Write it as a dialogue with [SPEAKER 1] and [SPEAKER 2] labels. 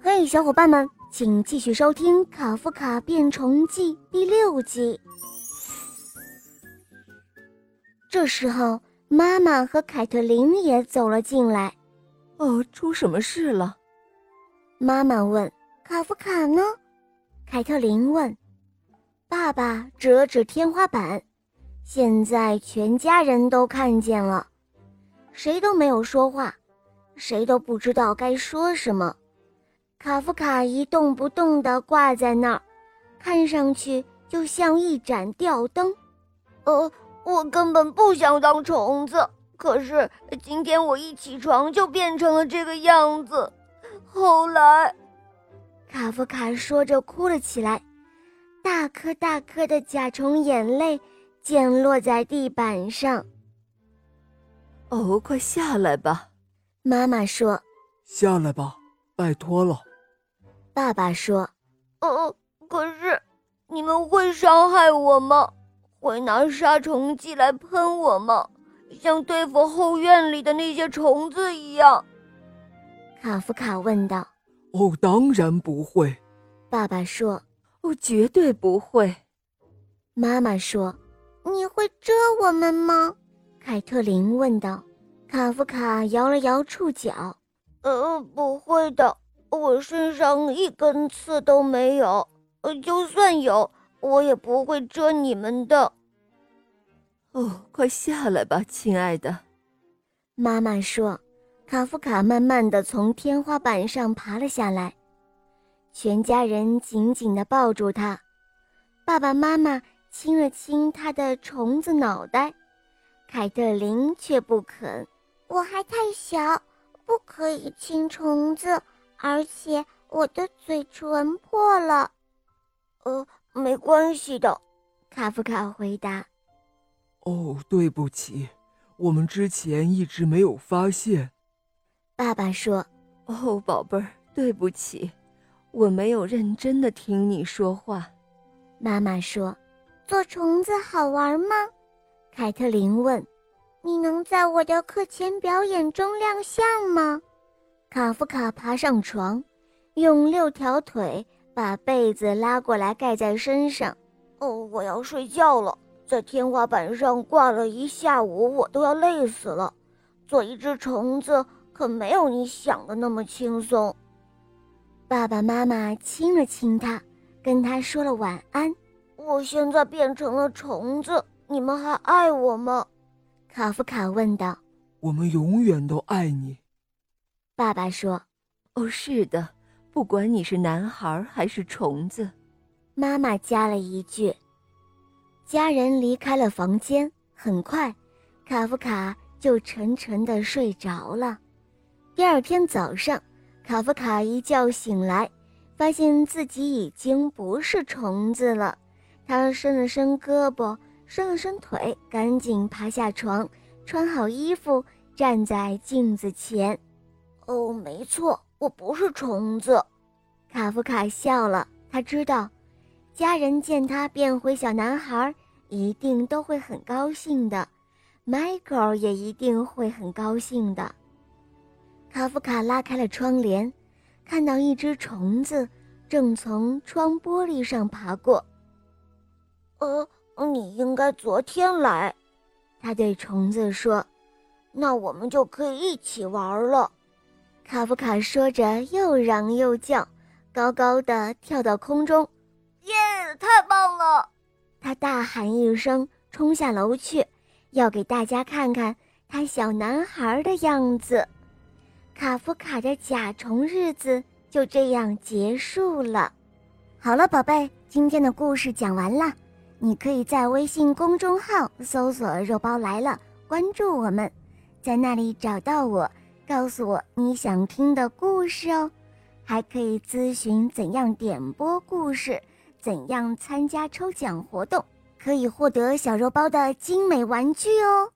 [SPEAKER 1] 嘿，小伙伴们，请继续收听《卡夫卡变虫记》第六集。这时候，妈妈和凯特琳也走了进来。
[SPEAKER 2] 哦，出什么事了？
[SPEAKER 1] 妈妈问：“卡夫卡呢？”凯特琳问。爸爸指了指天花板，现在全家人都看见了，谁都没有说话，谁都不知道该说什么。卡夫卡一动不动地挂在那儿，看上去就像一盏吊灯。
[SPEAKER 3] 呃，我根本不想当虫子，可是今天我一起床就变成了这个样子。后来，
[SPEAKER 1] 卡夫卡说着哭了起来。大颗大颗的甲虫眼泪溅落在地板上。
[SPEAKER 2] 哦，快下来吧，
[SPEAKER 1] 妈妈说。
[SPEAKER 4] 下来吧，拜托了。
[SPEAKER 1] 爸爸说。
[SPEAKER 3] 哦，可是你们会伤害我吗？会拿杀虫剂来喷我吗？像对付后院里的那些虫子一样？
[SPEAKER 1] 卡夫卡问道。
[SPEAKER 4] 哦，当然不会，
[SPEAKER 1] 爸爸说。
[SPEAKER 2] 我哦绝对不会，
[SPEAKER 1] 妈妈说：“
[SPEAKER 3] 你会蛰我们吗？”
[SPEAKER 1] 凯特琳问道。卡夫卡摇了摇触角：“
[SPEAKER 3] 呃，不会的，我身上一根刺都没有。呃，就算有，我也不会蛰你们的。”
[SPEAKER 2] 哦，快下来吧，亲爱的，
[SPEAKER 1] 妈妈说。卡夫卡慢慢的从天花板上爬了下来。全家人紧紧地抱住他，爸爸妈妈亲了亲他的虫子脑袋，凯特琳却不肯。
[SPEAKER 5] 我还太小，不可以亲虫子，而且我的嘴唇破了。
[SPEAKER 3] 呃，没关系的，
[SPEAKER 1] 卡夫卡回答。
[SPEAKER 4] 哦，对不起，我们之前一直没有发现。哎
[SPEAKER 1] 爸爸说。
[SPEAKER 2] 哦，宝贝儿，对不起。我没有认真的听你说话，
[SPEAKER 1] 妈妈说：“
[SPEAKER 5] 做虫子好玩吗？”
[SPEAKER 1] 凯特琳问。
[SPEAKER 5] “你能在我的课前表演中亮相吗？”
[SPEAKER 1] 卡夫卡爬上床，用六条腿把被子拉过来盖在身上。
[SPEAKER 3] “哦，我要睡觉了，在天花板上挂了一下午，我都要累死了。做一只虫子可没有你想的那么轻松。”
[SPEAKER 1] 爸爸妈妈亲了亲他，跟他说了晚安。
[SPEAKER 3] 我现在变成了虫子，你们还爱我吗？
[SPEAKER 1] 卡夫卡问道。
[SPEAKER 4] 我们永远都爱你，
[SPEAKER 1] 爸爸说。
[SPEAKER 2] 哦，是的，不管你是男孩还是虫子。
[SPEAKER 1] 妈妈加了一句。家人离开了房间，很快，卡夫卡就沉沉的睡着了。第二天早上。卡夫卡一觉醒来，发现自己已经不是虫子了。他伸了伸胳膊，伸了伸腿，赶紧爬下床，穿好衣服，站在镜子前。
[SPEAKER 3] 哦，没错，我不是虫子。
[SPEAKER 1] 卡夫卡笑了，他知道，家人见他变回小男孩，一定都会很高兴的。Michael 也一定会很高兴的。卡夫卡拉开了窗帘，看到一只虫子正从窗玻璃上爬过。
[SPEAKER 3] 呃，你应该昨天来，
[SPEAKER 1] 他对虫子说：“
[SPEAKER 3] 那我们就可以一起玩了。”
[SPEAKER 1] 卡夫卡说着，又嚷又叫，高高的跳到空中。
[SPEAKER 3] 耶，太棒了！
[SPEAKER 1] 他大喊一声，冲下楼去，要给大家看看他小男孩的样子。卡夫卡的甲虫日子就这样结束了。
[SPEAKER 6] 好了，宝贝，今天的故事讲完了。你可以在微信公众号搜索“肉包来了”，关注我们，在那里找到我，告诉我你想听的故事哦。还可以咨询怎样点播故事，怎样参加抽奖活动，可以获得小肉包的精美玩具哦。